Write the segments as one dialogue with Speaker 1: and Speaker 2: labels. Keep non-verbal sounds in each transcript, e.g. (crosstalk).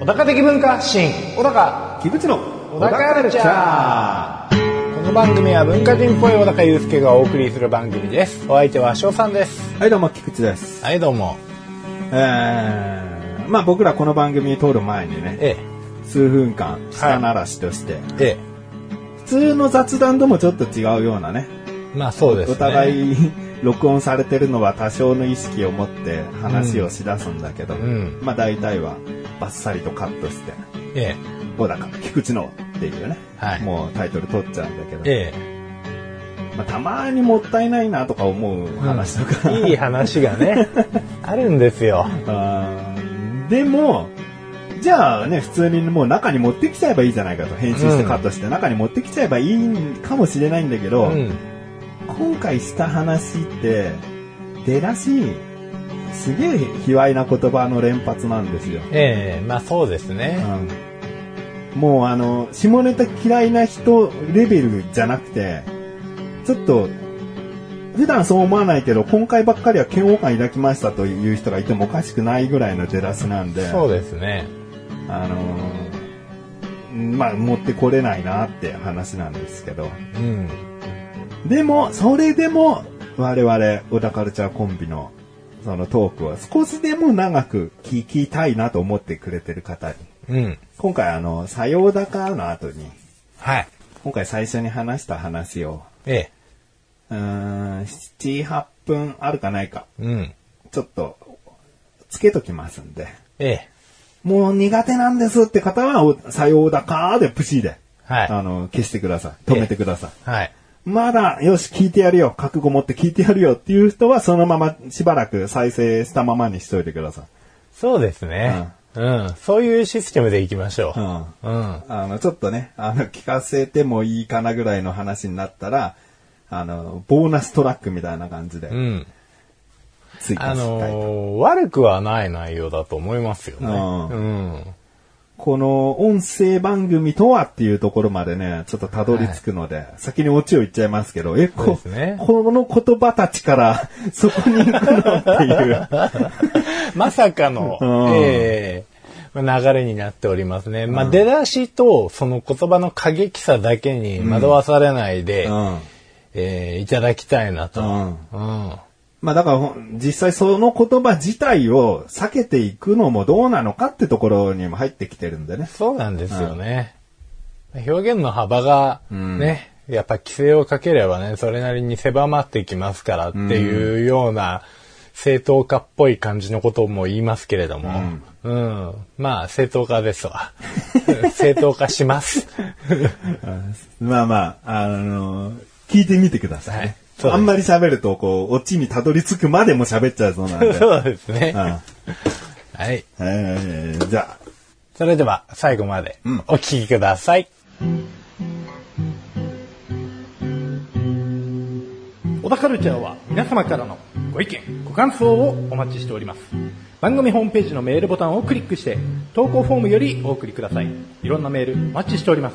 Speaker 1: 小高的文化新小高
Speaker 2: キブチの
Speaker 1: 小高カルチャーこの番組は文化人っぽい小高祐介がお送りする番組ですお相手は翔さんです
Speaker 2: はいどうも菊池です
Speaker 1: はいどうも
Speaker 2: えー、まあ僕らこの番組通る前にね
Speaker 1: え
Speaker 2: 数分間舌鳴らしとして、
Speaker 1: ええ
Speaker 2: 普通の雑談ともちょっと違うようなね
Speaker 1: えまあそうですね
Speaker 2: お互い (laughs) 録音されてるのは多少の意識を持って話をしだすんだけど、
Speaker 1: ん
Speaker 2: まあ大体はバッサリとカットして
Speaker 1: ええ
Speaker 2: 「小高菊池の」っていうね、
Speaker 1: はい
Speaker 2: もうタイトル取っちゃうんだけど、
Speaker 1: え
Speaker 2: まあ、たまにもったいないなとか思う話とか、
Speaker 1: えいい話が (laughs) ねあるんですよ
Speaker 2: あーでも、じゃあね、普通にもう中に持ってきちゃえばいいじゃないかと。編集してカットして中に持ってきちゃえばいいかもしれないんだけど、
Speaker 1: うん
Speaker 2: 今回した話って、出だし、すげえ卑猥な言葉の連発なんですよ。
Speaker 1: ええまあそうですね
Speaker 2: うんもうあの、下ネタ嫌いな人レベルじゃなくて、ちょっと、普段そう思わないけど、今回ばっかりは嫌悪感抱きましたという人がいてもおかしくないぐらいの出だしなんで。
Speaker 1: そうですね
Speaker 2: あのーまあ、持ってこれないなって話なんですけど。
Speaker 1: うん
Speaker 2: でも、それでも、我々、小田カルチャーコンビの、そのトークを少しでも長く聞きたいなと思ってくれてる方に、
Speaker 1: うん
Speaker 2: 今回あの、さようだかの後に、
Speaker 1: はい
Speaker 2: 今回最初に話した話を、
Speaker 1: え
Speaker 2: うーん、7、8分あるかないか、
Speaker 1: えうん
Speaker 2: ちょっと、つけときますんで、
Speaker 1: ええ
Speaker 2: もう苦手なんですって方は、おさようだかでプシーで、
Speaker 1: はい
Speaker 2: あの、消してください。止めてください。
Speaker 1: はい
Speaker 2: まだ、よし、聞いてやるよ。覚悟持って聞いてやるよっていう人は、そのまま、しばらく再生したままにしといてください。
Speaker 1: そうですね。うん。そういうシステムでいきましょ
Speaker 2: うん。
Speaker 1: う。
Speaker 2: あ
Speaker 1: うん。
Speaker 2: の、ちょっとね、あの、聞かせてもいいかなぐらいの話になったら、あの、ボーナストラックみたいな感じで
Speaker 1: うん。
Speaker 2: 追加
Speaker 1: あ
Speaker 2: したいと。
Speaker 1: のー悪くはない内容だと思いますよね。
Speaker 2: うん
Speaker 1: うん。
Speaker 2: この音声番組とはっていうところまでね、ちょっとたどり着くので、先にオチを言っちゃいますけど、え、
Speaker 1: そう
Speaker 2: こ
Speaker 1: ですね
Speaker 2: この言葉たちから、そこに行くのっていう。
Speaker 1: (laughs) まさかの、
Speaker 2: (laughs) うん
Speaker 1: ええ流れになっておりますね。まあ、出だしとその言葉の過激さだけに惑わされないで、
Speaker 2: うん
Speaker 1: ええいただきたいなと。
Speaker 2: うん
Speaker 1: うん。
Speaker 2: まあだからほん、実際その言葉自体を避けていくのもどうなのかってところにも入ってきてるんでね。
Speaker 1: そうなんですよね。表現の幅がね、やっぱ規制をかければね、それなりに狭まってきますからっていうような、正当化っぽい感じのことも言いますけれども、うん、まあ正当化ですわ。 (laughs) 正当化し (laughs) ます。
Speaker 2: まあまあ、あのー聞いてみてください。
Speaker 1: はいそうです
Speaker 2: あんまり喋ると、こう、オチにたどり着くまでも喋っちゃうそうなんで。
Speaker 1: (laughs) そうですね。
Speaker 2: うん
Speaker 1: はい。
Speaker 2: えーじゃあ、
Speaker 1: それでは最後まで
Speaker 2: うん
Speaker 1: お聞きください。小田カルチャーは皆様からのご意見、ご感想をお待ちしております。番組ホームページのメールボタンをクリックして投稿フォームよりお送りください。いろんなメールお待ちしております。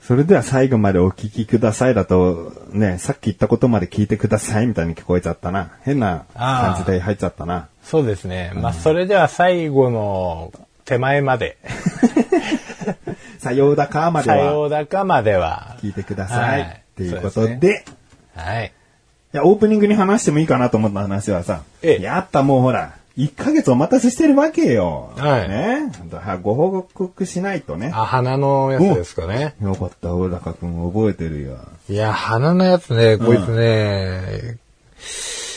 Speaker 2: それでは最後までお聞きくださいだと、ね、さっき言ったことまで聞いてくださいみたいに聞こえちゃったな。変な感じで入っちゃったな。
Speaker 1: そうですね。まあ、それでは最後の手前まで、
Speaker 2: さようだか (laughs) まで
Speaker 1: さよ
Speaker 2: は
Speaker 1: うだかまでは
Speaker 2: 聞いてください。
Speaker 1: はい
Speaker 2: っていうこと
Speaker 1: そう
Speaker 2: で、
Speaker 1: はい。
Speaker 2: いや、オープニングに話してもいいかなと思った話はさ、
Speaker 1: ええ
Speaker 2: やっぱもうほら、1ヶ月お待たせしてるわけよ。
Speaker 1: はい
Speaker 2: ね。だご報告しないとね。
Speaker 1: あ、花のやつですかね。
Speaker 2: よかった、小高くん覚えてるよ。
Speaker 1: いや、鼻のやつね、こいつね、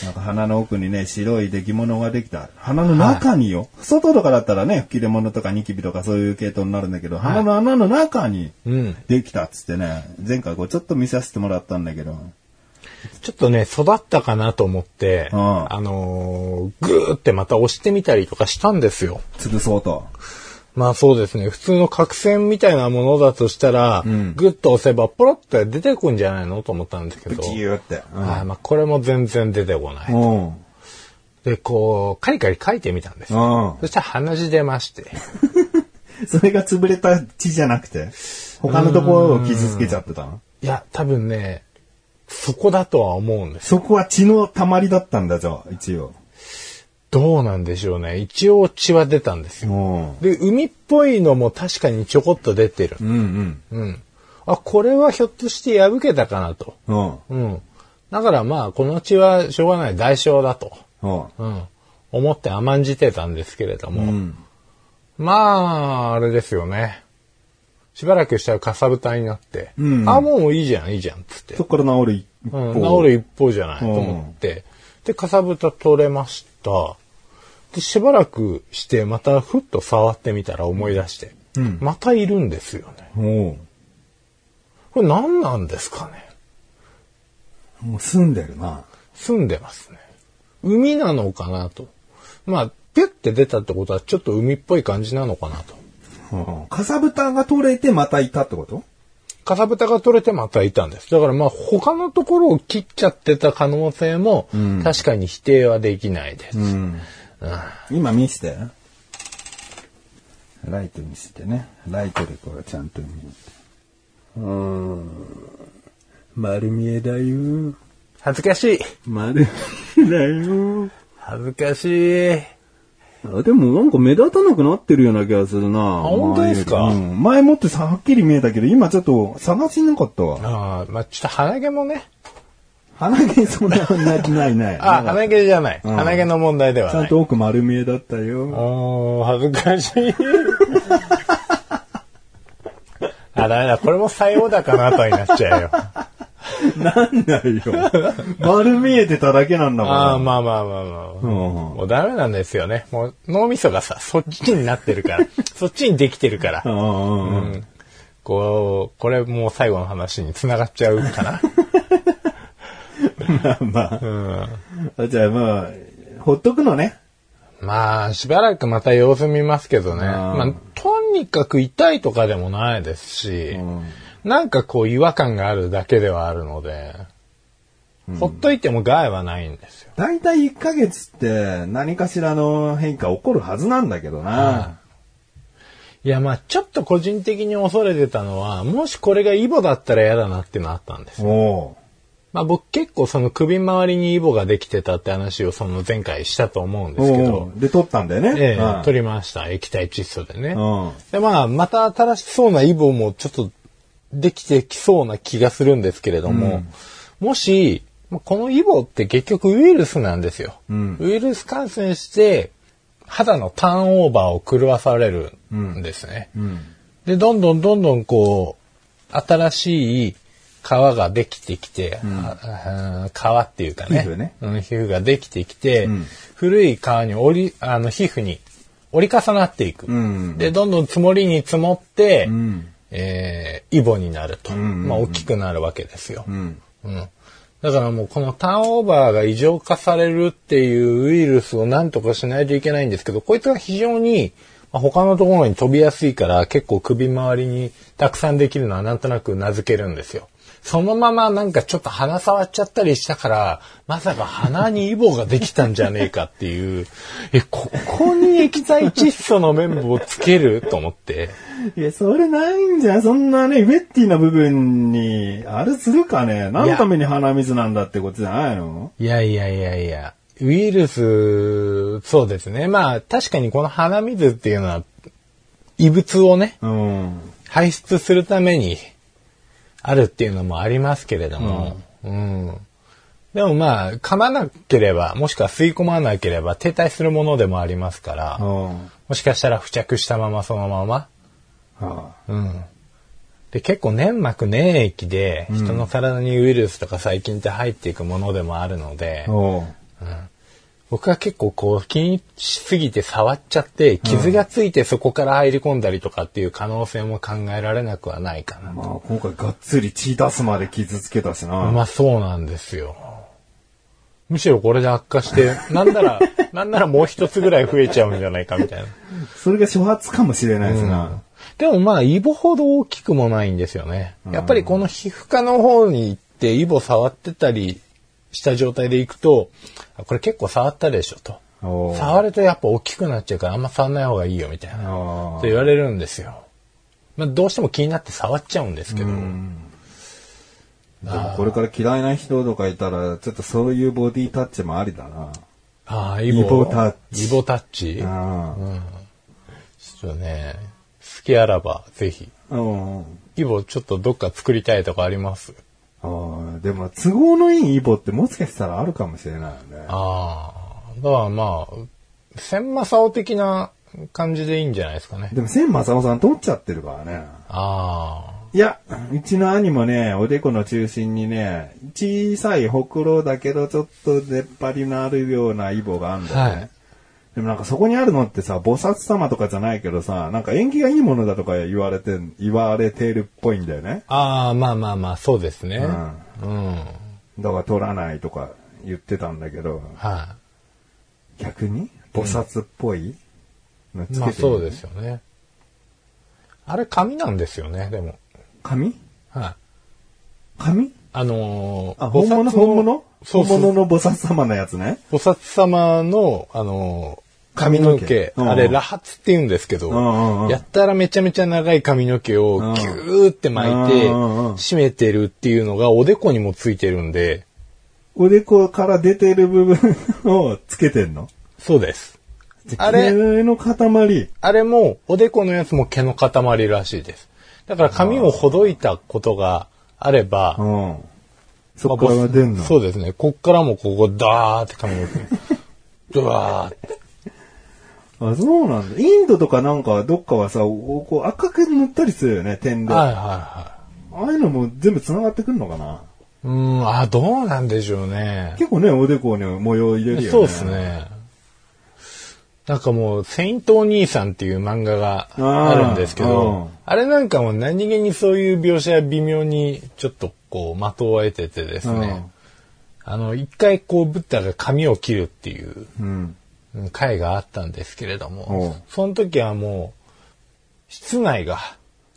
Speaker 2: なんか鼻の奥にね、白い出来物ができた。鼻の中によ。外とかだったらね、切れ物とかニキビとかそういう系統になるんだけど、鼻の穴の中に
Speaker 1: うん
Speaker 2: できたっつってね、前回こうちょっと見させてもらったんだけど、
Speaker 1: ちょっとね、育ったかなと思って、
Speaker 2: うん
Speaker 1: あのー、ぐーってまた押してみたりとかしたんですよ。
Speaker 2: 潰そうと。
Speaker 1: まあそうですね、普通の角栓みたいなものだとしたら、ぐっと押せばポロッと出てくんじゃないのと思ったんですけ
Speaker 2: プ
Speaker 1: ど。
Speaker 2: チューって。
Speaker 1: はい、まあこれも全然出てこない。
Speaker 2: うん。うん。
Speaker 1: で、こう、カリカリ書いてみたんです。
Speaker 2: うん。
Speaker 1: そしたら鼻血出まして。
Speaker 2: (laughs) それが潰れた血じゃなくて、他のところを傷つけちゃってたの
Speaker 1: いや、多分ね、そこだとは思うんです。
Speaker 2: そこは血の溜まりだったんだ、じゃあ、一応。
Speaker 1: どうなんでしょうね。一応血は出たんです
Speaker 2: う
Speaker 1: よ。
Speaker 2: ん。うん
Speaker 1: で、海っぽいのも確かにちょこっと出てる。
Speaker 2: うん。
Speaker 1: うん。あ、これはひょっとして破けたかなと。
Speaker 2: うん。
Speaker 1: うん。だからまあ、この血はしょうがない代償だと。
Speaker 2: うん。
Speaker 1: うん。思って甘んじてたんですけれども。
Speaker 2: うん。
Speaker 1: まあ、あれですよね。しばらくしたらかさぶたになって。
Speaker 2: うん
Speaker 1: あ、もういいじゃん、いいじゃん、つって
Speaker 2: そ。こから治る一方。
Speaker 1: うん、治る一方じゃない、と思って。で、かさぶた取れました。で、しばらくして、またふっと触ってみたら思い出して。
Speaker 2: うん
Speaker 1: またいるんですよね。
Speaker 2: お
Speaker 1: これ何なんですかね
Speaker 2: うもう住んでるな。
Speaker 1: 住んでますね。海なのかなと。まあ、ピュって出たってことはちょっと海っぽい感じなのかなと。
Speaker 2: うんかさぶたが取れてまたいたってこと
Speaker 1: かさぶたが取れてまたいたんです。だからまあ他のところを切っちゃってた可能性も確かに否定はできないです。
Speaker 2: ん。今見せて。ライト見せてね。ライトでこれちゃんと見て。うん。丸見えだよ。
Speaker 1: 恥ずかしい。
Speaker 2: 丸見えだよ。
Speaker 1: 恥ずかしい。
Speaker 2: あでもなんか目立たなくなってるような気がするな。あ、
Speaker 1: 本当ですか
Speaker 2: うん、前もってさ、はっきり見えたけど、今ちょっと探しなかったわ。
Speaker 1: ああ、まあちょっと鼻毛もね。
Speaker 2: 鼻毛そんな、ないないない。
Speaker 1: あ、鼻毛じゃない。
Speaker 2: うん
Speaker 1: 鼻毛の問題では
Speaker 2: ちゃ
Speaker 1: なんい。
Speaker 2: と奥丸見えだったよ。
Speaker 1: おー、恥ずかしい。 (laughs) あ、だめだ。これもさようだかなとになっちゃうよ。
Speaker 2: なんないよ。 (laughs) 丸見えてただけなんだもん。
Speaker 1: ああ、まあまあまあまあ。
Speaker 2: うん
Speaker 1: もうダメなんですよね。もう脳みそがさ、そっちになってる
Speaker 2: (laughs)
Speaker 1: から、そっちにできてるから
Speaker 2: う、んうんうん
Speaker 1: こう、これもう最後の話に繋がっちゃうかな。
Speaker 2: まあまあ。じゃあまあ、ほっとくのね。
Speaker 1: まあ、しばらくまた様子見ますけどね。
Speaker 2: うん
Speaker 1: まあ、とにかく痛いとかでもないですし、
Speaker 2: ん
Speaker 1: なんかこう違和感があるだけではあるので、ほっといても害はないんですよ。
Speaker 2: だいたい1ヶ月って何かしらの変化起こるはずなんだけどな。
Speaker 1: いや、まあ、ちょっと個人的に恐れてたのは、もしこれがイボだったら嫌だなっていうのあったんです。
Speaker 2: お
Speaker 1: まあ僕結構その首周りにイボができてたって話をその前回したと思うんですけど、
Speaker 2: で、取ったんだよね。
Speaker 1: ええ
Speaker 2: うん
Speaker 1: 取りました。液体窒素でね。
Speaker 2: うん。
Speaker 1: で、まあまた新しそうなイボもちょっとできてきそうな気がするんですけれども、もし、まあこのイボって結局ウイルスなんですよ。
Speaker 2: ん
Speaker 1: ウイルス感染して肌のターンオーバーを狂わされるんですね。
Speaker 2: うん。
Speaker 1: で、どんどんどんどんこう、新しい皮ができてきて、ああー皮っていうかね。
Speaker 2: 皮膚ね
Speaker 1: うん、皮膚ができてきて、
Speaker 2: ん
Speaker 1: 古い皮に折り、あの、皮膚に折り重なっていく。
Speaker 2: うん
Speaker 1: で、どんどん積もりに積もって、
Speaker 2: ん
Speaker 1: えーイボになると。
Speaker 2: んうんうん
Speaker 1: まあ、大きくなるわけですよ。
Speaker 2: うん。
Speaker 1: うん。だからもうこのターンオーバーが異常化されるっていうウイルスをなんとかしないといけないんですけど、こいつが非常にまあ他のところに飛びやすいから結構首周りにたくさんできるのはなんとなく名付けるんですよ。そのままなんかちょっと鼻触っちゃったりしたから、まさか鼻にイボができたんじゃねえかっていう、え、ここに液体窒素の綿棒をつけると思って。
Speaker 2: いや、それないんじゃん。そんなね、ウェッティな部分に、あれするかね。何のために鼻水なんだってことじゃないの
Speaker 1: いやいやいやいや。ウイルス、そうですね。まあ、確かにこの鼻水っていうのは、異物をね、
Speaker 2: うん。
Speaker 1: 排出するために、あるっていうのもありますけれども、うん。でもまあ、噛まなければ、もしくは吸い込まなければ、停滞するものでもありますから、
Speaker 2: うん。
Speaker 1: もしかしたら付着したままそのまま、
Speaker 2: は
Speaker 1: うん。で、結構粘膜粘液で、人の体にウイルスとか細菌って入っていくものでもあるので、
Speaker 2: あ。おう
Speaker 1: 僕は結構こう気にしすぎて触っちゃって傷がついてそこから入り込んだりとかっていう可能性も考えられなくはないかな。
Speaker 2: まあ、今回がっつり血出すまで傷つけたしな。
Speaker 1: まあそうなんですよ。むしろこれで悪化して、なんなら、なんならもう一つぐらい増えちゃうんじゃないかみたいな。
Speaker 2: それが初発かもしれないですな。
Speaker 1: でもまあイボほど大きくもないんですよね。やっぱりこの皮膚科の方に行ってイボ触ってたりした状態で行くと、あこれ結構触ったでしょと。
Speaker 2: おー
Speaker 1: 触るとやっぱ大きくなっちゃうからあんま触んない方がいいよみたいな。
Speaker 2: あ
Speaker 1: と
Speaker 2: ー
Speaker 1: 言われるんですよ。まあどうしても気になって触っちゃうんですけど。
Speaker 2: でもこれから嫌いな人とかいたら、ちょっとそういうボディタッチもありだな。
Speaker 1: ああ、イボ。
Speaker 2: イボタッチ
Speaker 1: イボタッチ
Speaker 2: あ
Speaker 1: ちょっとね、好きあらばぜひ。
Speaker 2: あ。うん。あ
Speaker 1: イボちょっとどっか作りたいとかあります
Speaker 2: あ。でも、都合のいいイボってもしかしたらあるかもしれないよね。
Speaker 1: ああ。だからまあ、千正雄的な感じでいいんじゃないですかね。
Speaker 2: でも、千正夫さん取っちゃってるからね。
Speaker 1: あ
Speaker 2: いや、うちの兄もね、おでこの中心にね、小さいほくろだけどちょっと出っ張りのあるようなイボがあるん
Speaker 1: あ。
Speaker 2: だよね。
Speaker 1: はい。
Speaker 2: でもなんかそこにあるのってさ、菩薩様とかじゃないけどさ、なんか縁起がいいものだとか言われて、言われてるっぽいんだよね。
Speaker 1: ああ、まあまあまあ、そうですね。
Speaker 2: う
Speaker 1: うん。
Speaker 2: だから取らないとか言ってたんだけど、
Speaker 1: は
Speaker 2: 逆に菩薩っぽいのつけ
Speaker 1: い。
Speaker 2: て。
Speaker 1: まあそうですすよね。あれ、紙なんですよね、でも。
Speaker 2: 紙
Speaker 1: はい。
Speaker 2: 紙
Speaker 1: あのー
Speaker 2: あ、本物
Speaker 1: 菩薩
Speaker 2: 本物
Speaker 1: そう
Speaker 2: 本
Speaker 1: そう
Speaker 2: 物の菩薩様のやつね。
Speaker 1: 菩薩様の、あのー髪の毛、
Speaker 2: 髪の毛うん
Speaker 1: あれ、羅髪って言うんですけど、
Speaker 2: うんうんうん
Speaker 1: やったらめちゃめちゃ長い髪の毛を
Speaker 2: うん
Speaker 1: ギューって巻いて、
Speaker 2: うんうんうん
Speaker 1: 締めてるっていうのがおでこにもついてるんで、
Speaker 2: おでこから出てる部分をつけてんの
Speaker 1: そうです。あれ
Speaker 2: 毛の塊。
Speaker 1: あれも、おでこのやつも毛の塊らしいです。だから髪をほどいたことがあれば、
Speaker 2: うん。そっから出んの。
Speaker 1: そうですね。こっからもここ、ダーって髪の毛。 (laughs) ドワーって。
Speaker 2: あ、そうなんだ。インドとかなんかどっかはさ、おこう赤く塗ったりするよね、点で。
Speaker 1: はいは
Speaker 2: あ
Speaker 1: いは。
Speaker 2: あいうのも全部繋がってくんのかない
Speaker 1: うーん、あ、どうなんでしょうね。
Speaker 2: 結構ね、おでこに模様入れるよね。
Speaker 1: そうです。ね。なんかもう、セイントお兄さんっていう漫画があるんですけ
Speaker 2: うん
Speaker 1: ど、あれなんかも何気にそういう描写は微妙にちょっとこう、的を得ててですね、あの、一回こう、ブッダが髪を切るっていう
Speaker 2: うん。うん。
Speaker 1: うん回があったんですけれども
Speaker 2: うん、
Speaker 1: その時はもう、室内が、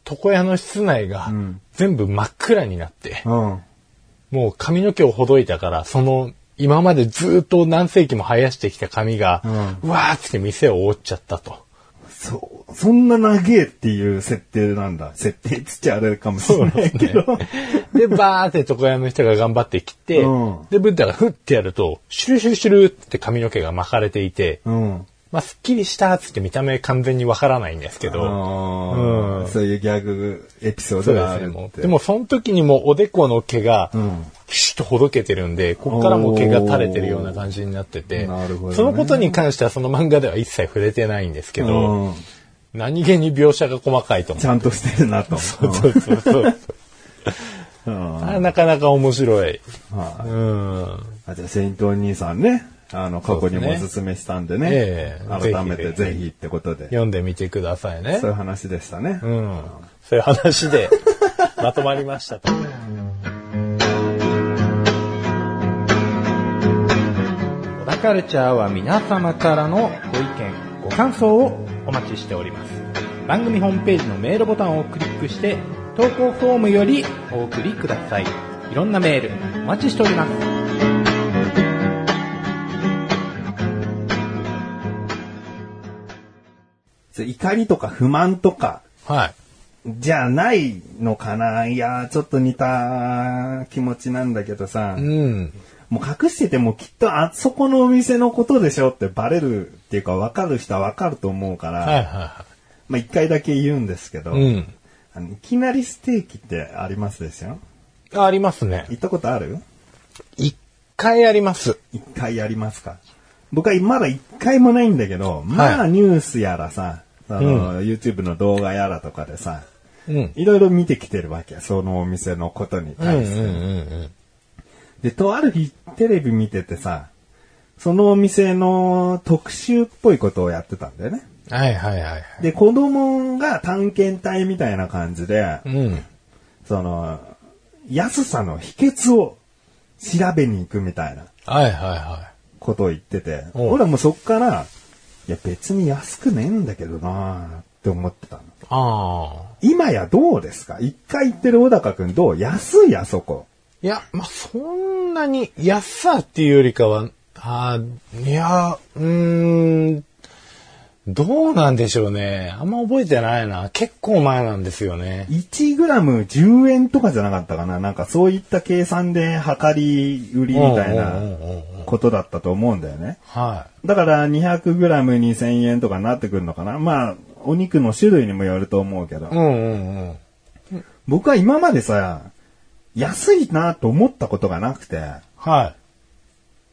Speaker 1: 床屋の室内が
Speaker 2: ん
Speaker 1: 全部真っ暗になって、
Speaker 2: うん。
Speaker 1: もう髪の毛をほどいたから、その、今までずっと何世紀も生やしてきた髪が、うわーっつって店を覆っちゃった
Speaker 2: (laughs)
Speaker 1: と。
Speaker 2: そう。そんな長えっていう設定なんだ。設定っつっちゃあれかもしれないけど。
Speaker 1: で、バーって床屋の人が頑張ってきて、
Speaker 2: うん
Speaker 1: で、ブッダがフッてやると、シュルシュルシュルって髪の毛が巻かれていて、
Speaker 2: うん。
Speaker 1: まあ、すっきりしたっつって見た目完全にわからないんですけど、
Speaker 2: あ
Speaker 1: うん
Speaker 2: ーそういうギャグエピソー
Speaker 1: そ
Speaker 2: ド
Speaker 1: うで
Speaker 2: があ
Speaker 1: すね、
Speaker 2: る
Speaker 1: も
Speaker 2: っ
Speaker 1: う。
Speaker 2: て。
Speaker 1: でも、その時にもうおでこの毛が
Speaker 2: うん、
Speaker 1: きちっとほどけてるんで、こっからもう毛が垂れてるような感じになってて、
Speaker 2: おーなるほどね
Speaker 1: そのことに関してはその漫画では一切触れてないんですけど、
Speaker 2: うん
Speaker 1: 何気に描写が細かいと思
Speaker 2: ちゃんとしてるなと。
Speaker 1: う。そうそうそう。
Speaker 2: うん
Speaker 1: あれ (laughs) なかなか面白い。
Speaker 2: は
Speaker 1: うん。
Speaker 2: あじゃあ、セイントお兄さんね、あの、過去にもおすすめしたんでね、
Speaker 1: ええ
Speaker 2: 改めて
Speaker 1: ぜひぜ
Speaker 2: ぜひってことで、
Speaker 1: 読んでみてくださいね
Speaker 2: そう。いう話でしたね。
Speaker 1: うん。そういう話で (laughs) まとまりましたと。小田カルチャーは皆様からのご意見、ご感想をお待ちしております。番組ホームページのメールボタンをクリックして、投稿フォームよりお送りください。いろんなメールお待ちしております。
Speaker 2: そう怒りとか不満とか、
Speaker 1: はい。
Speaker 2: じゃないのかないやー、ちょっと似た気持ちなんだけどさ、
Speaker 1: うん。
Speaker 2: もう隠しててもきっとあそこのお店のことでしょってバレるっていうか、わかる人はわかると思うから、
Speaker 1: はいは
Speaker 2: まあ一回だけ言うんですけど、
Speaker 1: いはい。うん。
Speaker 2: あのいきなりステーキってありますでしょ
Speaker 1: あありますね
Speaker 2: 行。ったことある
Speaker 1: 一回あります。
Speaker 2: 一回やりますか。僕はまだ一回もないんだけど、まあニュースやらさ、あの、YouTube の動画やらとかでさ、
Speaker 1: うん。
Speaker 2: いろいろ見てきてるわけ。そのお店のことに
Speaker 1: うんうん
Speaker 2: 対して。
Speaker 1: うん
Speaker 2: で、とある日テレビ見ててさ、そのお店の特集っぽいことをやってたんだよね。
Speaker 1: うん。はいはいはいはい。
Speaker 2: で、子供が探検隊みたいな感じで、
Speaker 1: うん。
Speaker 2: その、安さの秘訣を調べに行くみたいな。
Speaker 1: はいはいは
Speaker 2: ことを言ってて、
Speaker 1: おう
Speaker 2: 俺はもうそっから、いや別に安くねえんだけどなーって思ってたの。
Speaker 1: い。ああ。
Speaker 2: 今やどうですか一回行ってる小高くんどう安いあそこ。
Speaker 1: いいや、まあ、そんなに安さっていうよりかは、あーいや、うーん、どうなんでしょうね。あんま覚えてないな。結構前なんですよね。
Speaker 2: 1g10 円とかじゃなかったかななんかそういった計算で量り売りみた
Speaker 1: う
Speaker 2: い
Speaker 1: んうん
Speaker 2: な
Speaker 1: うんうん
Speaker 2: ことだったと思うんだよね。
Speaker 1: は
Speaker 2: だから 200g2000 円とかなってくるのかなまあ、お肉の種類にもよると思うけど
Speaker 1: い。う。んうんうん。
Speaker 2: 僕は今までさ、安いなと思ったことがなくて、
Speaker 1: は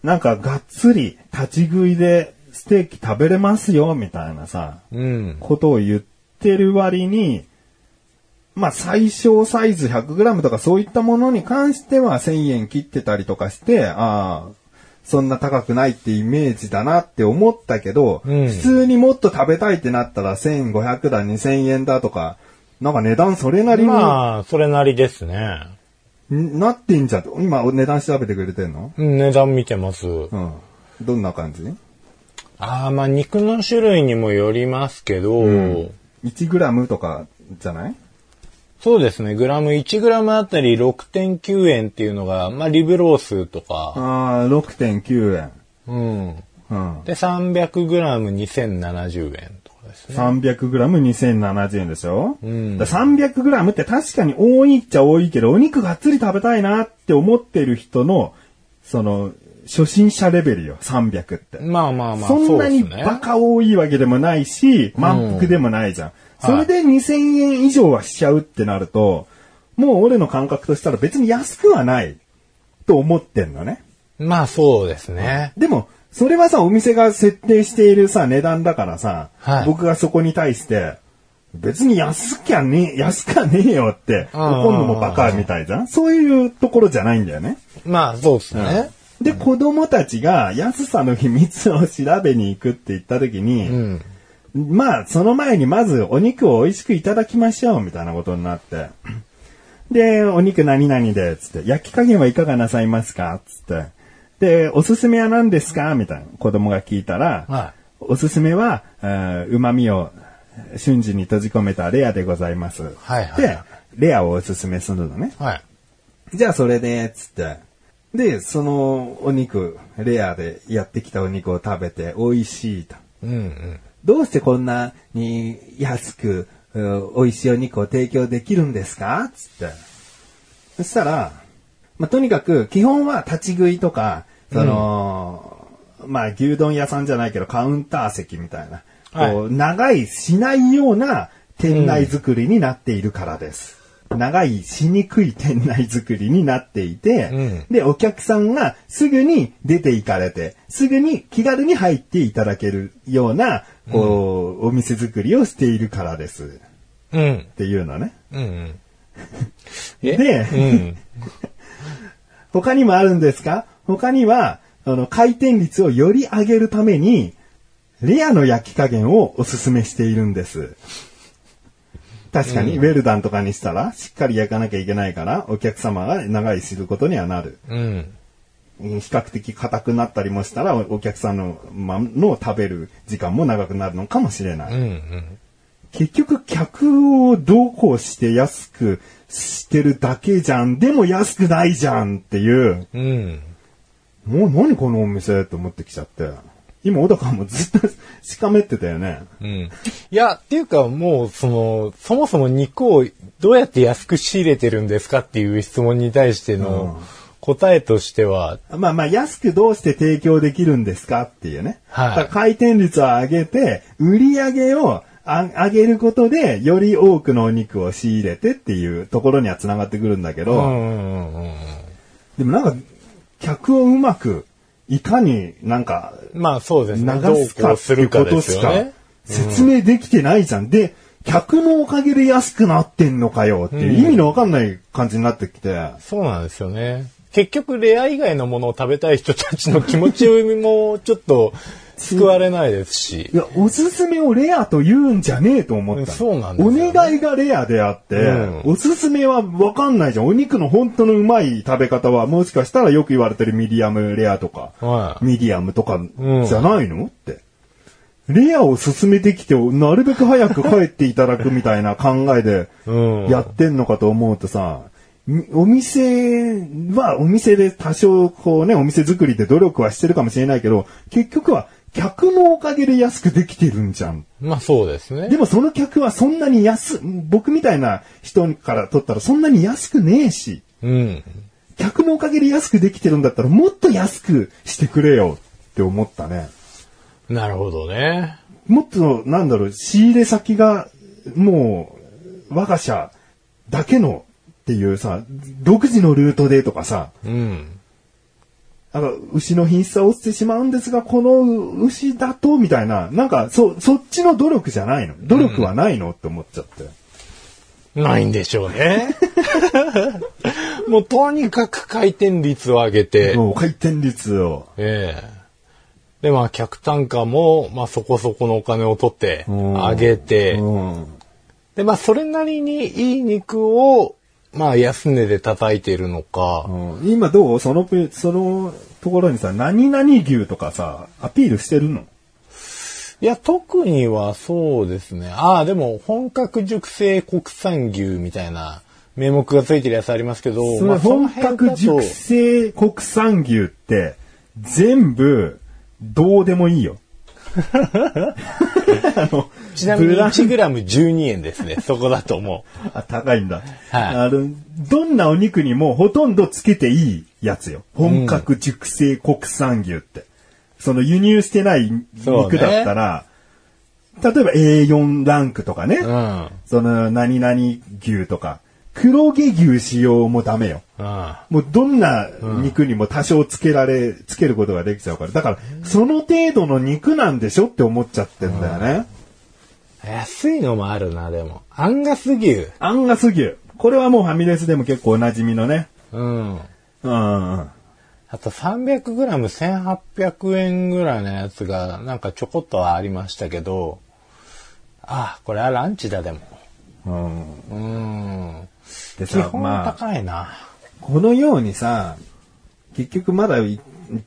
Speaker 1: い。
Speaker 2: なんかがっつり立ち食いでステーキ食べれますよみたいなさ、
Speaker 1: うん。
Speaker 2: ことを言ってる割に、まあ最小サイズ 100g とかそういったものに関しては1000円切ってたりとかして、ああ、そんな高くないってイメージだなって思ったけど、
Speaker 1: うん
Speaker 2: 普通にもっと食べたいってなったら1500だ、2000円だとか、なんか値段それなりに
Speaker 1: まあ、それなりですね。
Speaker 2: んなってんじゃん。今値段調べてくれてんの
Speaker 1: うん値段見てます。
Speaker 2: うん。どんな感じ
Speaker 1: ああ、まあ、肉の種類にもよりますけど、
Speaker 2: 1g とかじゃない
Speaker 1: そうですね。グラム、1グラムあたり6.9円っていうのが、まあ、リブロースとか、
Speaker 2: ああ、6.9円。
Speaker 1: うん。
Speaker 2: うん。
Speaker 1: で、300グラム2070円とかですね。
Speaker 2: 300g2070 円でしょ
Speaker 1: ん
Speaker 2: だ 300g って確かに多いっちゃ多いけど、お肉がっつり食べたいなって思ってる人の、その、初心者レベルよ、300って。
Speaker 1: まあまあまあ、
Speaker 2: そんなに
Speaker 1: そうですね
Speaker 2: バカ多いわけでもないし、満腹でもないじゃん。それで2000円以上はしちゃうってなると、もう俺の感覚としたら別に安くはないと思ってんのね。
Speaker 1: まあそうですね。
Speaker 2: でも、それはさ、お店が設定しているさ、値段だからさ、
Speaker 1: はい
Speaker 2: 僕がそこに対して、別に安きゃねえ、安かねえよって、
Speaker 1: うんうんうん
Speaker 2: 怒んのもバカみたいじゃんそういうところじゃないんだよね。
Speaker 1: まあそうですね。
Speaker 2: で、子供たちが安さの秘密を調べに行くって言った時に、
Speaker 1: うん。
Speaker 2: まあ、その前にまずお肉を美味しくいただきましょう、みたいなことになって。で、お肉何々で、つって、焼き加減はいかがなさいますかつって。で、おすすめは何ですかみたいな子供が聞いたら、
Speaker 1: は
Speaker 2: おすすめは、えー旨味を瞬時に閉じ込めたレアでございます。
Speaker 1: はいはい
Speaker 2: で、レアをおすすめするのね。
Speaker 1: い。はい。
Speaker 2: じゃあそれで、つって。で、そのお肉、レアでやってきたお肉を食べて美味しいと。
Speaker 1: うんうん。
Speaker 2: どうしてこんなに安く、うん美味しいお肉を提供できるんですかつって。そしたら、まあ、とにかく、基本は立ち食いとか、その、まあ、牛丼屋さんじゃないけど、カウンター席みたいな、
Speaker 1: はい
Speaker 2: こう、長いしないような店内作りになっているからです。長いしにくい店内作りになっていて、
Speaker 1: うん
Speaker 2: で、お客さんがすぐに出て行かれて、すぐに気軽に入っていただけるような、こう、お店作りをしているからです。
Speaker 1: うん。
Speaker 2: っていうのね。
Speaker 1: うんうん。
Speaker 2: で
Speaker 1: うん。
Speaker 2: 他にもあるんですか他には、あの、回転率をより上げるために、レアの焼き加減をおすすめしているんです。確かに、ウェルダンとかにしたら、しっかり焼かなきゃいけないから、お客様が長居することにはなる。
Speaker 1: うん。
Speaker 2: うん比較的硬くなったりもしたら、おお客さんの、ま、の食べる時間も長くなるのかもしれない。
Speaker 1: うんうん。
Speaker 2: 結局、客をどうこうして安くしてるだけじゃん。でも安くないじゃんっていう。
Speaker 1: うん。
Speaker 2: もう何このお店と思ってきちゃって。今、小高もずっとしかめってたよね。
Speaker 1: うん。いや、っていうかもう、その、そもそも肉をどうやって安く仕入れてるんですかっていう質問に対しての答えとしては、
Speaker 2: まあまあ、安くどうして提供できるんですかっていうね。
Speaker 1: はい
Speaker 2: だから回転率を上げて、売り上げをあ上げることで、より多くのお肉を仕入れてっていうところには繋がってくるんだけ
Speaker 1: う
Speaker 2: ど、
Speaker 1: んうんうんうん。
Speaker 2: でもなんか、客をうまく、いかになんか、
Speaker 1: まあそうですね。ど
Speaker 2: 流
Speaker 1: う
Speaker 2: す
Speaker 1: こ
Speaker 2: か
Speaker 1: う
Speaker 2: っ
Speaker 1: す
Speaker 2: ていう
Speaker 1: る
Speaker 2: こ
Speaker 1: かで
Speaker 2: と
Speaker 1: す
Speaker 2: し
Speaker 1: よ
Speaker 2: か
Speaker 1: ね。
Speaker 2: 説明できてないじゃん。で、客のおかげで安くなってんのかよっていう意味のわかんない感じになってきて、
Speaker 1: そうなんですよね。結局、レア以外のものを食べたい人たちの気持ちもちょっと救われないですし
Speaker 2: い。や、おすすめをレアと言うんじゃねえと思ったの。
Speaker 1: そうなんですよね
Speaker 2: お願いがレアであって、
Speaker 1: うん
Speaker 2: おすすめはわかんないじゃん。お肉の本当のうまい食べ方は、もしかしたらよく言われてるミディアムレアとか、
Speaker 1: はい
Speaker 2: ミディアムとか
Speaker 1: ん
Speaker 2: じゃないの、って。レアを勧めてきて、なるべく早く帰っていただくみたいな考えで
Speaker 1: うん
Speaker 2: やってんのかと思うとさ、みお店はお店で多少こうね、お店作りで努力はしてるかもしれないけど、結局は客のおかげで安くできてるんじゃん。
Speaker 1: まあそうですね。
Speaker 2: でもその客はそんなに安、僕みたいな人から取ったらそんなに安くねえし、
Speaker 1: うん。
Speaker 2: 客のおかげで安くできてるんだったらもっと安くしてくれよって思ったね。
Speaker 1: なるほどね。
Speaker 2: もっと、なんだろう、仕入れ先が、もう、我が社だけのっていうさ、独自のルートでとかさ、
Speaker 1: うん。
Speaker 2: なんか牛の品質は落ちてしまうんですが、この牛だと、みたいな、なんか、そ、そっちの努力じゃないの努力はないの、って思っちゃって。
Speaker 1: ないんでしょうね。 (laughs) もうとにかく回転率を上げて、
Speaker 2: もう回転率を。
Speaker 1: ええで、まあ客単価も、まあそこそこのお金を取って、
Speaker 2: うん
Speaker 1: 上げて、
Speaker 2: うん。
Speaker 1: で、まあ、それなりにいい肉を、まあ、安値で叩いているのか、
Speaker 2: うん今どうそのぷ、そのところにさ、何々牛とかさ、アピールしてるの
Speaker 1: いや、特にはそうですね。ああ、でも、本格熟成国産牛みたいな名目がついてるやつありますけど、
Speaker 2: そ
Speaker 1: ま
Speaker 2: の
Speaker 1: あその
Speaker 2: 本
Speaker 1: 辺
Speaker 2: 格
Speaker 1: だと
Speaker 2: 熟成国産牛って、全部、どうでも
Speaker 1: (laughs)
Speaker 2: いいよ。あの
Speaker 1: ちなみに
Speaker 2: ブラン
Speaker 1: 1グラム12円ですね。そこだと思う。
Speaker 2: あ、高いん
Speaker 1: は
Speaker 2: だ。
Speaker 1: い
Speaker 2: あの、どんなお肉にもほとんどつけていいやつよ。本格熟成国産牛って。その輸入してない
Speaker 1: そうね
Speaker 2: 肉だったら、例えば A4 ランクとかね、
Speaker 1: うん。
Speaker 2: その何々牛とか、黒毛牛使用もダメよ。
Speaker 1: うん。
Speaker 2: もうどんな肉にも多少つけられ、つけることができちゃうから。だから、その程度の肉なんでしょって思っちゃってんだよね。
Speaker 1: 安いのもあるな、でも。アンガス牛。
Speaker 2: アンガス牛。これはもうファミレスでも結構おなじみのね。
Speaker 1: うん。
Speaker 2: うんうん。
Speaker 1: あと 300g1800 円ぐらいのやつがなんかちょこっとはありましたけど、ああ、これはランチだでも。
Speaker 2: うん。
Speaker 1: うーん。
Speaker 2: で
Speaker 1: 基
Speaker 2: さ、
Speaker 1: 本は
Speaker 2: まあ、
Speaker 1: 高いな。
Speaker 2: このようにさ、結局まだい一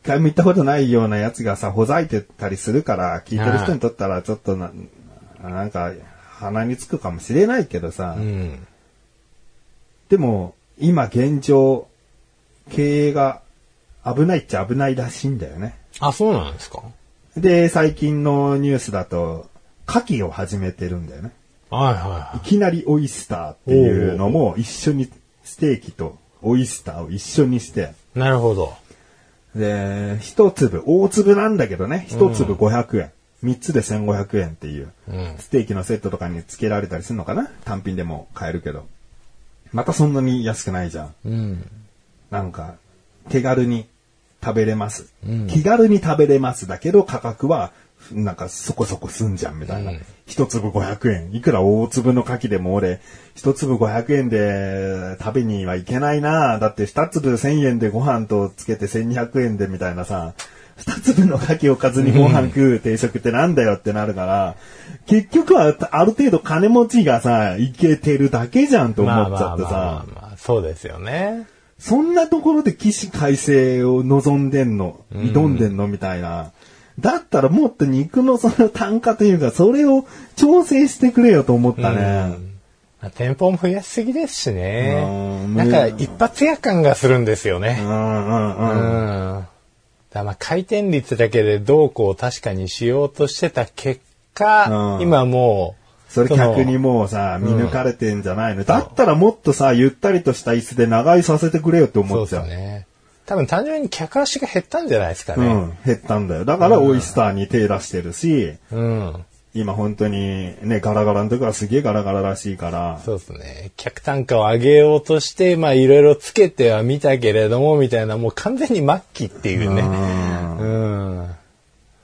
Speaker 2: 回も行ったことないようなやつがさ、ほざいてたりするから、聞いてる人にとったらちょっとな、なんか、鼻につくかもしれないけどさ、
Speaker 1: うん。
Speaker 2: でも、今現状、経営が危ないっちゃ危ないらしいんだよね。
Speaker 1: あ、そうなんですか
Speaker 2: で、最近のニュースだと、牡蠣を始めてるんだよね。
Speaker 1: はいはい
Speaker 2: きなりオイスターっていうのも一緒に、ステーキとオイスターを一緒にして、
Speaker 1: い。なるほど。
Speaker 2: で、一粒、大粒なんだけどね、一粒500円。三、つで1500円っていう、
Speaker 1: うん
Speaker 2: ステーキのセットとかに付けられたりするのかな単品でも買えるけど。またそんなに安くないじゃん。
Speaker 1: うん。
Speaker 2: なんか、手軽に食べれます。気軽に食べれますだけど価格は、なんかそこそこすんじゃんみたいな。
Speaker 1: うん
Speaker 2: 一粒500円。いくら大粒の牡蠣でも俺、一粒500円で食べにはいけないなだって二粒1000円でご飯とつけて1200円でみたいなさ、二粒の牡蠣おかずにご飯食う定食ってなんだよってなるから、結局はある程度金持ちがさ、いけてるだけじゃんと思っちゃっ
Speaker 1: まあ
Speaker 2: てさ。
Speaker 1: まあまあ、そうですよね。
Speaker 2: そんなところで起死回生を望んでんの、挑んでんのみたいな。だったらもっと肉のその単価というか、それを調整してくれよと思ったね。
Speaker 1: まあ店舗も増やしすぎですしね
Speaker 2: う。ん
Speaker 1: なんか一発屋感がするんですよ
Speaker 2: う
Speaker 1: ね。
Speaker 2: んうんうん。
Speaker 1: うん。だまあ回転率だけでどうこう確かにしようとしてた結果、
Speaker 2: うん
Speaker 1: 今もう、
Speaker 2: それ
Speaker 1: の
Speaker 2: 客にもうさ、見抜かれてんじゃないの、だったらもっとさ、ゆったりとした椅子で長居させてくれよって
Speaker 1: そ
Speaker 2: 思
Speaker 1: う
Speaker 2: っち
Speaker 1: で
Speaker 2: ゃう。
Speaker 1: すね。多分単純に客足が減ったんじゃないですか
Speaker 2: う
Speaker 1: ね。
Speaker 2: ん、減ったんだよ。だからオイスターに手出してるし、
Speaker 1: うん。
Speaker 2: 今本当にね、ガラガラの時はすげえガラガラらしいから、
Speaker 1: そうですね。客単価を上げようとして、まあいろいろつけてはみたけれども、みたいな、もう完全に末期っていうね。うん。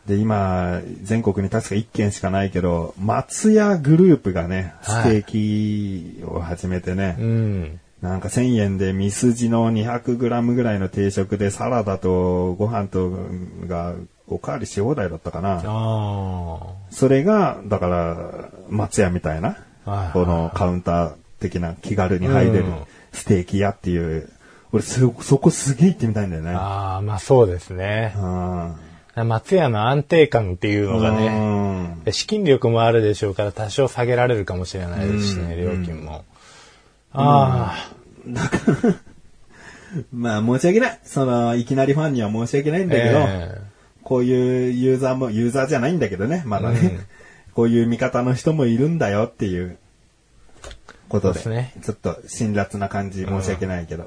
Speaker 2: で、今、全国に確か1軒しかないけど、松屋グループがね、
Speaker 1: は
Speaker 2: ス
Speaker 1: い
Speaker 2: テーキを始めてね、
Speaker 1: うん。
Speaker 2: なんか1000円でミスジの 200g ぐらいの定食でサラダとご飯とがおかわりし放題だったかな。
Speaker 1: あ
Speaker 2: それが、だから、松屋みたいな
Speaker 1: は、い
Speaker 2: このカウンター的な気軽に入れる
Speaker 1: うん
Speaker 2: ステーキ屋っていう、俺そ、そこすげえ行ってみたいんだよね
Speaker 1: あ。。ああ、まあそうですね。
Speaker 2: うん
Speaker 1: 松屋の安定感っていうのがね。
Speaker 2: うん
Speaker 1: で資金力もあるでしょうから多少下げられるかもしれないですしね、料金も。ああ、
Speaker 2: だから、まあ申し訳ない。その、いきなりファンには申し訳ないんだけど、
Speaker 1: え
Speaker 2: こういうユーザーも、ユーザーじゃないんだけどね、まだね。
Speaker 1: うん
Speaker 2: こういう味方の人もいるんだよっていうことで、
Speaker 1: そうです
Speaker 2: ちょっと辛辣な感じ申し訳ないけど、
Speaker 1: え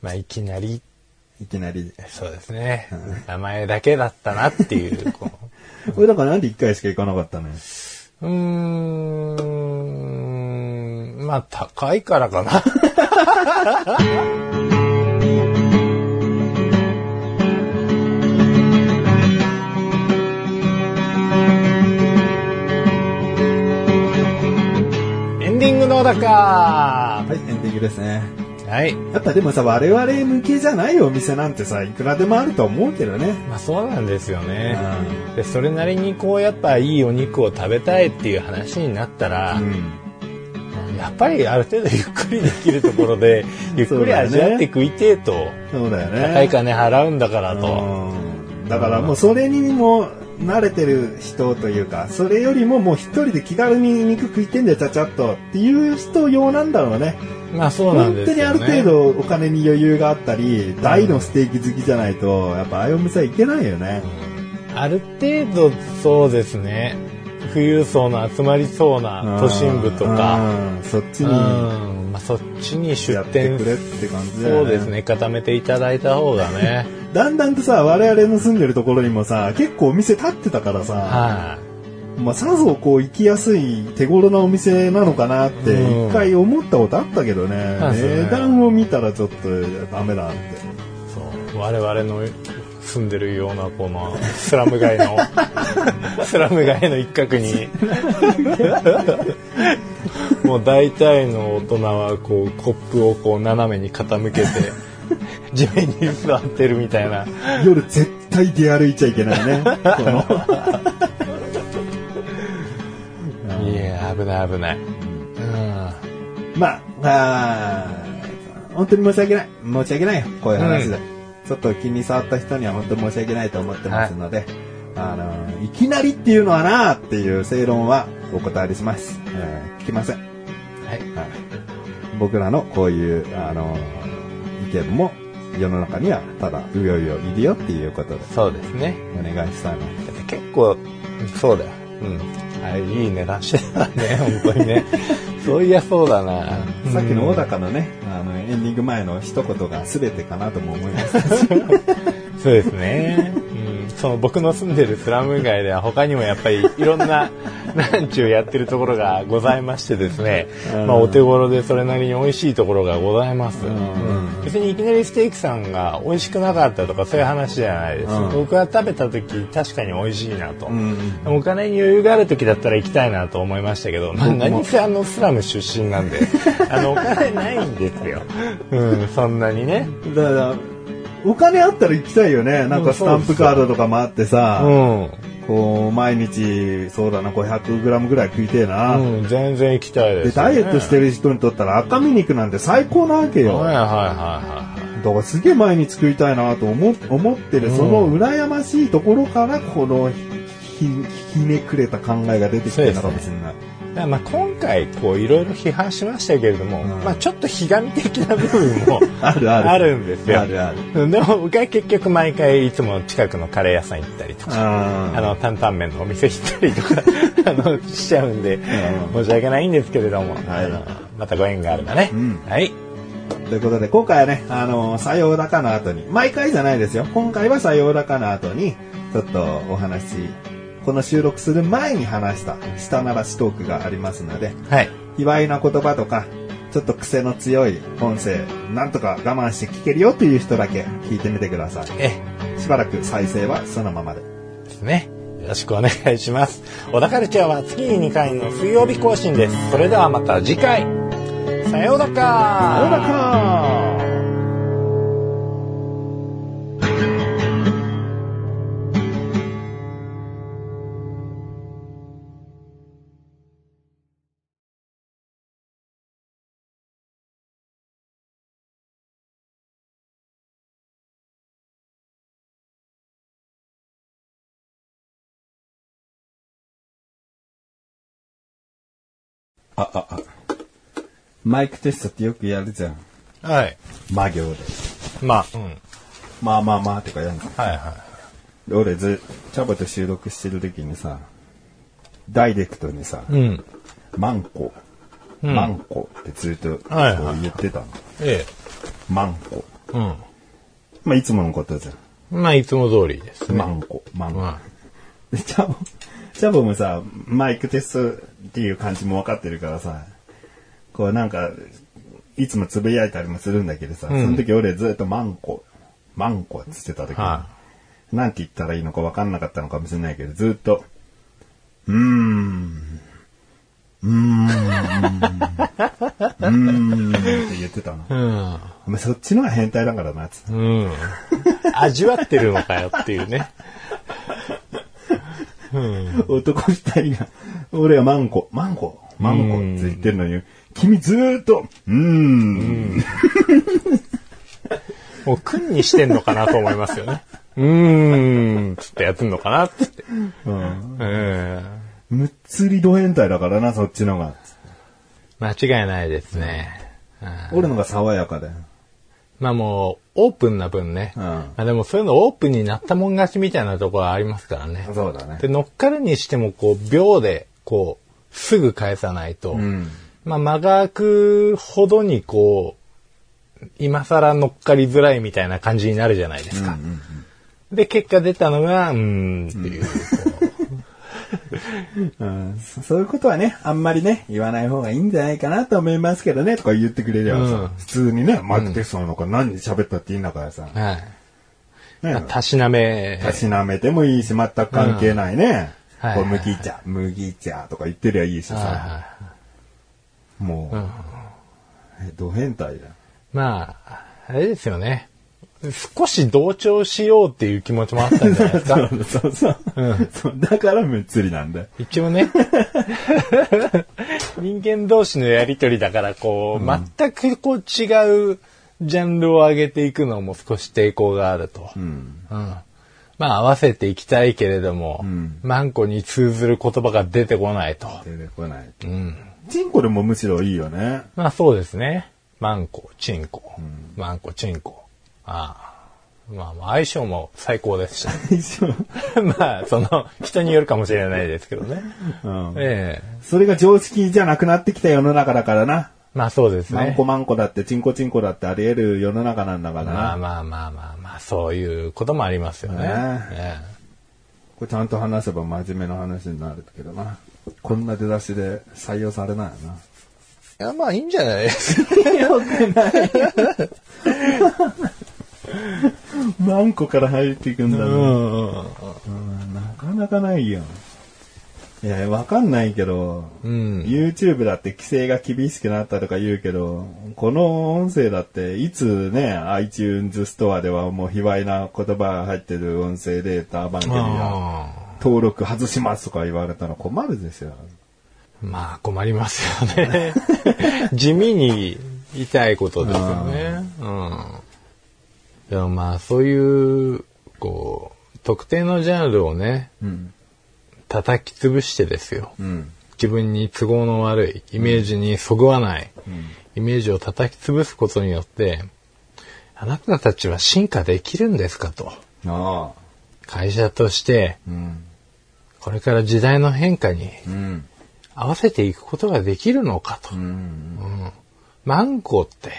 Speaker 1: まあ、いきなり、
Speaker 2: いきなり。
Speaker 1: そうですね。名前だけだったなっていう、こ
Speaker 2: 俺だからなんで一回しか行かなかったのよ。
Speaker 1: う。うーん、まあ、高いからかな。エンディングのだか
Speaker 2: はい、エンディングですね。
Speaker 1: はい。
Speaker 2: やっぱでもさ、我々向けじゃないお店なんてさ、いくらでもあると思うけどね。
Speaker 1: まあそうなんですよね。でそれなりにこうやっぱいいお肉を食べたいっていう話になったら、
Speaker 2: うん。
Speaker 1: やっぱりある程度ゆっくりできるところ (laughs) でゆっくり味わって食いてえと、
Speaker 2: そうだよね。
Speaker 1: 高い金払うんだからと、
Speaker 2: うんだからもうそれにも慣れてる人というか、それよりももう一人で気軽に肉食いてんだよ、ちゃちゃっとっていう人用なんだろうね。
Speaker 1: まあそうなん
Speaker 2: 本
Speaker 1: で
Speaker 2: 当
Speaker 1: す
Speaker 2: にあ
Speaker 1: よ
Speaker 2: る
Speaker 1: ね。
Speaker 2: 程度お金に余裕があったり、大のステーキ好きじゃないと、やっぱああいうお店はいけないよね。
Speaker 1: ある程度そうですね。富裕層の集まりそうな都心部とか、
Speaker 2: うん、そっち
Speaker 1: うん、
Speaker 2: に
Speaker 1: まあそっちに出
Speaker 2: やって
Speaker 1: 店
Speaker 2: くれって感じだよね。
Speaker 1: そうですね、固めていただいた方がね。
Speaker 2: だんだんとさ、我々の住んでるところにもさ、結構お店立ってたからさ、
Speaker 1: (laughs) はい、
Speaker 2: まあ、さぞこう行きやすい手頃なお店なのかなって
Speaker 1: うん
Speaker 2: 一回思ったことあったけどね、
Speaker 1: そうですね
Speaker 2: 値段を見たらちょっとダメだって。
Speaker 1: そう我々の住んでるようなこのスラム街 (laughs) のスラム街の一角 (laughs) にもう大体の大人はこうコップをこう斜めに傾けて地面に座ってるみたいな
Speaker 2: 夜絶対出歩いちゃいけな
Speaker 1: (laughs)
Speaker 2: いね。この
Speaker 1: いや危ない危ないうん
Speaker 2: まあ、あー本当に申し訳ない。申し訳ないよ、こういう話で。
Speaker 1: う
Speaker 2: ちょっと気に障った人には本当申し訳ないと思ってますので、あの、いきなりっていうのはなーっていう正論はお断りします。えー聞きません。
Speaker 1: はい
Speaker 2: はい僕らのこういう、あの、意見も世の中にはただ、うようよいるよっていうことで、
Speaker 1: そうですね
Speaker 2: お願いしたい
Speaker 1: だ
Speaker 2: な。
Speaker 1: って結構そうだようんあれいい値段してたね本当に (laughs) ねそういやそうだな
Speaker 2: さっきの小高のね、あの、エンディング前の一言が全てかなとも思います。
Speaker 1: (laughs)
Speaker 2: (laughs)
Speaker 1: そうですね。うん、その僕の住んでるスラム街では他にもやっぱりいろんな (laughs) なんちゅうやってるところがございましてですね、
Speaker 2: うん
Speaker 1: まあお手頃でそれなりに美味しいところがございます、
Speaker 2: ん
Speaker 1: 別にいきなりステーキさんが美味しくなかったとかそういう話じゃないです、
Speaker 2: うん
Speaker 1: 僕は食べた時確かに美味しいなと、
Speaker 2: うん
Speaker 1: お金に余裕がある時だったら行きたいなと思いましたけど、まあ、何せあのスラム出身なん
Speaker 2: (laughs)
Speaker 1: であのお金ないんですよ、うん、そんなにね
Speaker 2: だから、お金あったら行きたいよね。なんかスタンプカードとかもあって
Speaker 1: う
Speaker 2: さ、
Speaker 1: ん
Speaker 2: こう、毎日、そうだな、500g ぐらい食いてえな。
Speaker 1: うん、全然行きたいです、
Speaker 2: で、ダイエットしてる人にとったら赤身肉なんて最高なわけよ。
Speaker 1: はい
Speaker 2: だ
Speaker 1: はいはいはいはい。
Speaker 2: からすげえ毎日食いたいなと思思ってる、
Speaker 1: うん
Speaker 2: その羨ましいところから、このひ、ひひねくれた考えが出てきてるのかもしれない。
Speaker 1: だからまあ今回こういろいろ批判しましたけれども、
Speaker 2: うん
Speaker 1: まあちょっとひがみ的な部分も (laughs)
Speaker 2: あるある。
Speaker 1: あるんですよ。
Speaker 2: あるある。
Speaker 1: でも僕は結局毎回いつも近くのカレー屋さん行ったりとか、あ
Speaker 2: あ
Speaker 1: の担々麺のお店行ったりとか (laughs) あのしちゃうんで、申し訳ないんですけれども、
Speaker 2: はい
Speaker 1: あのまたご縁があればね。
Speaker 2: うん
Speaker 1: はい。
Speaker 2: ーということで、今回はね、あのー、さようだかの後に、毎回じゃないですよ。今回はさようだかの後に、ちょっとお話、この収録する前に話した、下ならしトークがありますので、
Speaker 1: はい。
Speaker 2: 卑猥な言葉とか、ちょっと癖の強い音声、なんとか我慢して聞けるよという人だけ聞いてみてください。
Speaker 1: え、
Speaker 2: しばらく再生はそのままで。
Speaker 1: ですね。よろしくお願いします。小田カルチャーは月に2回の水曜日更新です。それではまた次回。さようだか
Speaker 2: さようだかーマイクテストってよくやるじゃん。
Speaker 1: はい。
Speaker 2: 魔行で。
Speaker 1: まあ、うん。
Speaker 2: まあまあまあとかやるの。
Speaker 1: はいはい。
Speaker 2: 俺ず、チャボと収録してる時にさ、ダイレクトにさ、
Speaker 1: うん。
Speaker 2: マンコ、
Speaker 1: うん
Speaker 2: マンコってずっとこう
Speaker 1: はいはい
Speaker 2: 言ってたの。
Speaker 1: え
Speaker 2: マンコ。
Speaker 1: え。うん。
Speaker 2: まあいつものことじゃん。
Speaker 1: まあ、いつも通りですね。
Speaker 2: マンコ、マンコ。
Speaker 1: ま
Speaker 2: で (laughs) チャボ、チャボもさ、マイクテストっていう感じも分かってるからさ、こうなんか、いつもつぶやいたりもするんだけどさ、
Speaker 1: ん
Speaker 2: その時俺ずっとマンコ、マンコって言ってた時、
Speaker 1: あ、は
Speaker 2: なんて言ったらいいのか分かんなかったのかもしれないけど、ずっと、うーん、うーん、うーんって言ってたの
Speaker 1: い。。うん。
Speaker 2: お前そっちのが変態だからな、つって。 (laughs)
Speaker 1: うん。味わってるのかよっていうね。
Speaker 2: 男二人が、俺はマンコ、マンコ、マンコって言ってるのに、君ずーっと、うーん、
Speaker 1: もう、君にしてんのかなと思いますよ
Speaker 2: (laughs)
Speaker 1: ね。うーん、つってやってんのかなっつって。
Speaker 2: うん、
Speaker 1: うん。
Speaker 2: むっつりド変態だからな、そっちのが。
Speaker 1: 間違いないですね。うん
Speaker 2: 俺のが爽やかだよ。
Speaker 1: まあもう、オープンな分ね。
Speaker 2: うん
Speaker 1: まあでもそういうのオープンになったもん勝ちみたいなところはありますからね。
Speaker 2: そうだね
Speaker 1: で、乗っかるにしても、こう、秒で、こう、すぐ返さないと、
Speaker 2: ん
Speaker 1: まあ間が空くほどに、こう、今更乗っかりづらいみたいな感じになるじゃないですか。で、結果出たのが、うーん、っていう。
Speaker 2: うん、そそういうことはね、あんまりね、言わない方がいいんじゃないかなと思いますけどね、とか言ってくれればさ、
Speaker 1: うん
Speaker 2: 普通にね、マイクテストなのか何で喋ったっていいんだからさ、
Speaker 1: はい。
Speaker 2: ね
Speaker 1: まあたしなめ。
Speaker 2: たしなめてもいいし、全く関係ないね。
Speaker 1: うんはい
Speaker 2: こう麦茶、麦茶とか言ってりゃいいし
Speaker 1: はい
Speaker 2: さ、
Speaker 1: はい
Speaker 2: もう、え、ド変態だよ。
Speaker 1: まあ、あれですよね。少し同調しようっていう気持ちもあったんじゃないですか。
Speaker 2: そう (laughs) そうそう。そうだからむっつりなんだよ。
Speaker 1: 一応ね。 (laughs) 人間同士のやりとりだから、こう、全くこう違うジャンルを上げていくのも少し抵抗があると。
Speaker 2: うん。
Speaker 1: うんまあ合わせていきたいけれども、
Speaker 2: ん
Speaker 1: マンコに通ずる言葉が出てこないと。
Speaker 2: 出てこない。
Speaker 1: うん
Speaker 2: チンコでもむしろいいよね。
Speaker 1: まあそうですね。マンコ、チンコ、マンコ、チンコ。ああ。まあまあ相性も最高ですし。 (laughs)
Speaker 2: 一緒。
Speaker 1: まあ、その、人によるかもしれないですけどね。
Speaker 2: うん。
Speaker 1: ええ。
Speaker 2: それが常識じゃなくなってきた世の中だからな。
Speaker 1: まあそうです
Speaker 2: マン
Speaker 1: ね
Speaker 2: コ。マンコだって、チンコチンコだってあり得る世の中なんだから
Speaker 1: まあ
Speaker 2: な。
Speaker 1: まあまあまあまあ、そういうこともありますよね。
Speaker 2: ね
Speaker 1: え
Speaker 2: これちゃんと話せば真面目な話になるけどな。こんな出だしで採用されないよな。
Speaker 1: えいや、まあいいんじゃない (laughs) ですか。
Speaker 2: マンコから入っていくんだ
Speaker 1: う
Speaker 2: ね。
Speaker 1: ん。
Speaker 2: なかなかないよ。いや、わかんないけど、
Speaker 1: ん
Speaker 2: YouTube だって規制が厳しくなったとか言うけど、この音声だって、いつね、iTunes ストアではもう卑猥な言葉が入ってる音声データ番組が
Speaker 1: ま
Speaker 2: 登録外しますとか言われたら困るですよ。
Speaker 1: あ困りますよね。 (laughs) 地味に痛いことですよね。うん。でもまあそういう、こう、特定のジャンルをね、
Speaker 2: うん。
Speaker 1: 叩き潰してですよ。
Speaker 2: うん。
Speaker 1: 自分に都合の悪いイメージにそぐわない、イメージを叩き潰すことによってあなたたちは進化できるんですかと
Speaker 2: ああ。
Speaker 1: 会社として
Speaker 2: うん。
Speaker 1: これから時代の変化に
Speaker 2: うん。
Speaker 1: 合わせていくことができるのかと、
Speaker 2: うん。
Speaker 1: マンコって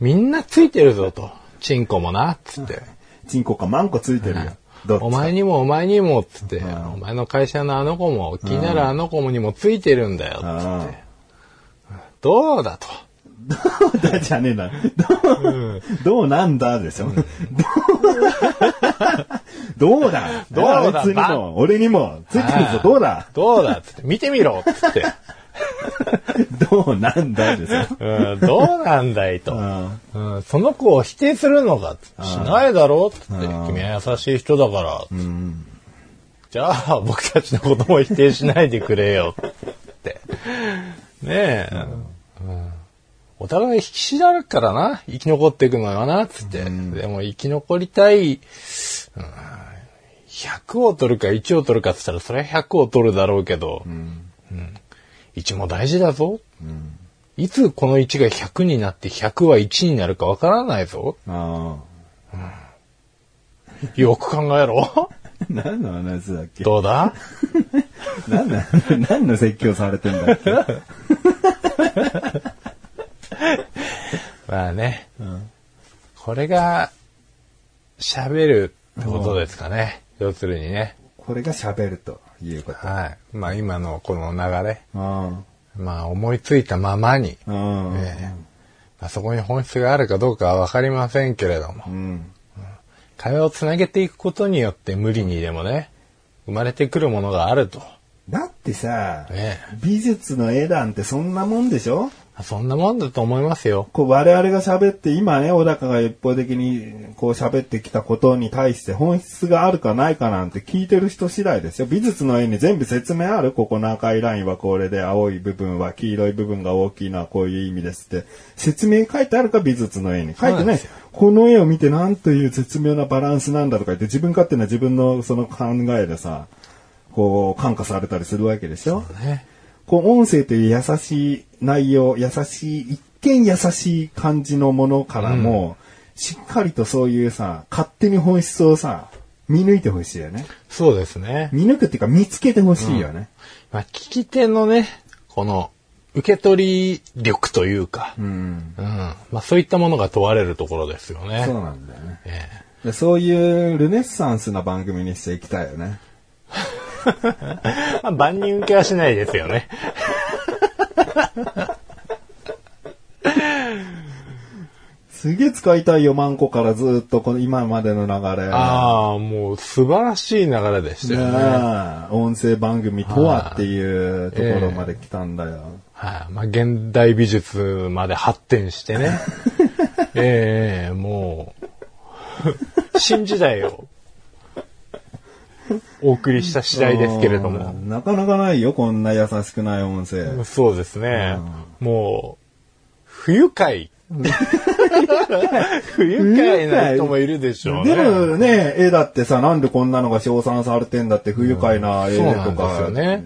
Speaker 1: みんなついてるぞとチンコもなっつって、
Speaker 2: チンコかマンコついてるよ。どっちか
Speaker 1: お前にもお前にもっつって、
Speaker 2: ん
Speaker 1: お前の会社のあの子も気になるあの子もにもついてるんだよっつって、どうだと。
Speaker 2: どうだじゃねえな。どう、どうなんだでしょ。どう、どうだ
Speaker 1: どうだ
Speaker 2: あいつに
Speaker 1: ば
Speaker 2: も、俺にも、ついてる
Speaker 1: あ
Speaker 2: ぞ
Speaker 1: あ、
Speaker 2: どうだ
Speaker 1: どうだっつって、見てみろっつって、
Speaker 2: どうなんだでしょ。
Speaker 1: うん、どうなんだいと、
Speaker 2: あ
Speaker 1: うん。その子を否定するのか、しないだろうっつって、
Speaker 2: うん
Speaker 1: 君は優しい人だから、じゃあ僕たちのことも否定しないでくれよって。ねえ、うんお互い引き死だからな、生き残っていくのよな、つって。でも生き残りたい、うん100を取るか1を取るかって言ったら、それは100を取るだろうけど、1も大事だぞ。いつこの1が100になって100は1になるかわからないぞ。
Speaker 2: あ
Speaker 1: よく考えろ。
Speaker 2: あ。何の話だっけ
Speaker 1: どうだ
Speaker 2: 何の、何の説教されてんだっけ
Speaker 1: まあね。これが、喋るってことですかね。要するにね。
Speaker 2: これが喋るということ。
Speaker 1: はい。まあ今のこの流れ。
Speaker 2: うん。
Speaker 1: まあ思いついたままに。
Speaker 2: うん。
Speaker 1: ええまあそこに本質があるかどうかはわかりませんけれども
Speaker 2: う。ん。
Speaker 1: 会話をつなげていくことによって無理にでもね、生まれてくるものがあると。
Speaker 2: だってさ、
Speaker 1: ね
Speaker 2: 美術の絵なんてそんなもんでしょ
Speaker 1: まあそんなもんだと思いますよ。
Speaker 2: こう我々が喋って、今ね、小高が一方的にこう喋ってきたことに対して本質があるかないかなんて聞いてる人次第ですよ。美術の絵に全部説明あるここの赤いラインはこれで、青い部分は黄色い部分が大きいのはこういう意味ですって。説明書いてあるか美術の絵に。書い
Speaker 1: そう
Speaker 2: て
Speaker 1: なん
Speaker 2: な
Speaker 1: で
Speaker 2: い
Speaker 1: すよ。
Speaker 2: この絵を見てなんという絶妙なバランスなんだとか言って自分勝手な自分のその考えでさ、こう感化されたりするわけでしょ。
Speaker 1: ね。
Speaker 2: こう、音声という優しい内容、優しい、一見優しい感じのものからも、しっかりとそういうさ、勝手に本質をさ、見抜いてほしいよね。
Speaker 1: そうですね。
Speaker 2: 見抜くっていうか見つけてほしいよね。
Speaker 1: まあ聞き手のね、この受け取り力というか、
Speaker 2: うん。
Speaker 1: うん。まあそういったものが問われるところですよね。
Speaker 2: そうなんだよね。
Speaker 1: え
Speaker 2: でそういうルネッサンスな番組にしていきたいよね。
Speaker 1: えまあ万人受けはしないですよ
Speaker 2: (laughs)
Speaker 1: ね。
Speaker 2: すげえ使いたいよ、マンコからずっとこの今までの流れ。
Speaker 1: ああ、もう素晴らしい流れでした
Speaker 2: ね
Speaker 1: よね。
Speaker 2: え音声番組とはっていうところまで来たんだよ。
Speaker 1: はい、まあ、現代美術まで発展して
Speaker 2: (laughs)
Speaker 1: ね。ええもう、新時代をお送りした次第ですけれども。
Speaker 2: うんなかなかないよ、こんな優しくない音声。
Speaker 1: そうですね。もう、不愉
Speaker 2: (laughs)
Speaker 1: 快。不愉快な人もいるでしょうね。
Speaker 2: でもね、絵だってさ、なんでこんなのが称賛されてんだって不愉快な絵
Speaker 1: そうな
Speaker 2: と
Speaker 1: んです
Speaker 2: か、
Speaker 1: よね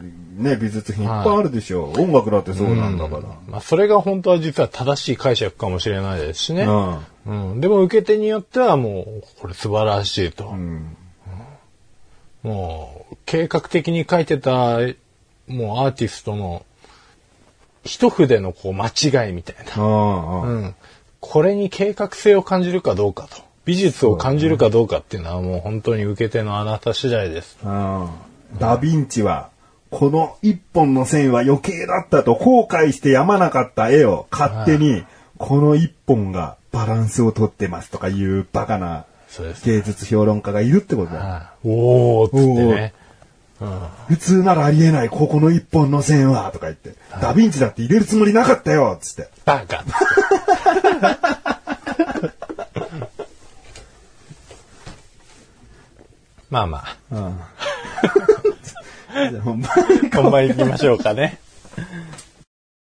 Speaker 2: 美術品いっぱいあるでしょ。音楽だってそうなんだから。
Speaker 1: まあ、それが本当は実は正しい解釈かもしれないですしね。
Speaker 2: うん
Speaker 1: うん、でも受け手によってはもう、これ素晴らしいと。
Speaker 2: ん
Speaker 1: もう、計画的に書いてた、もうアーティストの、一筆のこう間違いみたいな。
Speaker 2: うんうん
Speaker 1: うん。これに計画性を感じるかどうかと。美術を感じるかどうかっていうのはもう本当に受け手のあなた次第です。
Speaker 2: うんダヴィンチは、この一本の線は余計だったと後悔してやまなかった絵を勝手に、この一本がバランスをとってますとかいうバカな
Speaker 1: そうですね。
Speaker 2: 芸術評論家がいるってことだよ。
Speaker 1: はいおーっつってね。
Speaker 2: 普通ならありえない、ここの一本の線は、とか言って、ダヴィンチだって入れるつもりなかったよ、つって。
Speaker 1: バカっつって (laughs) まあまあ、
Speaker 2: うん。
Speaker 1: 本番行きましょうかね。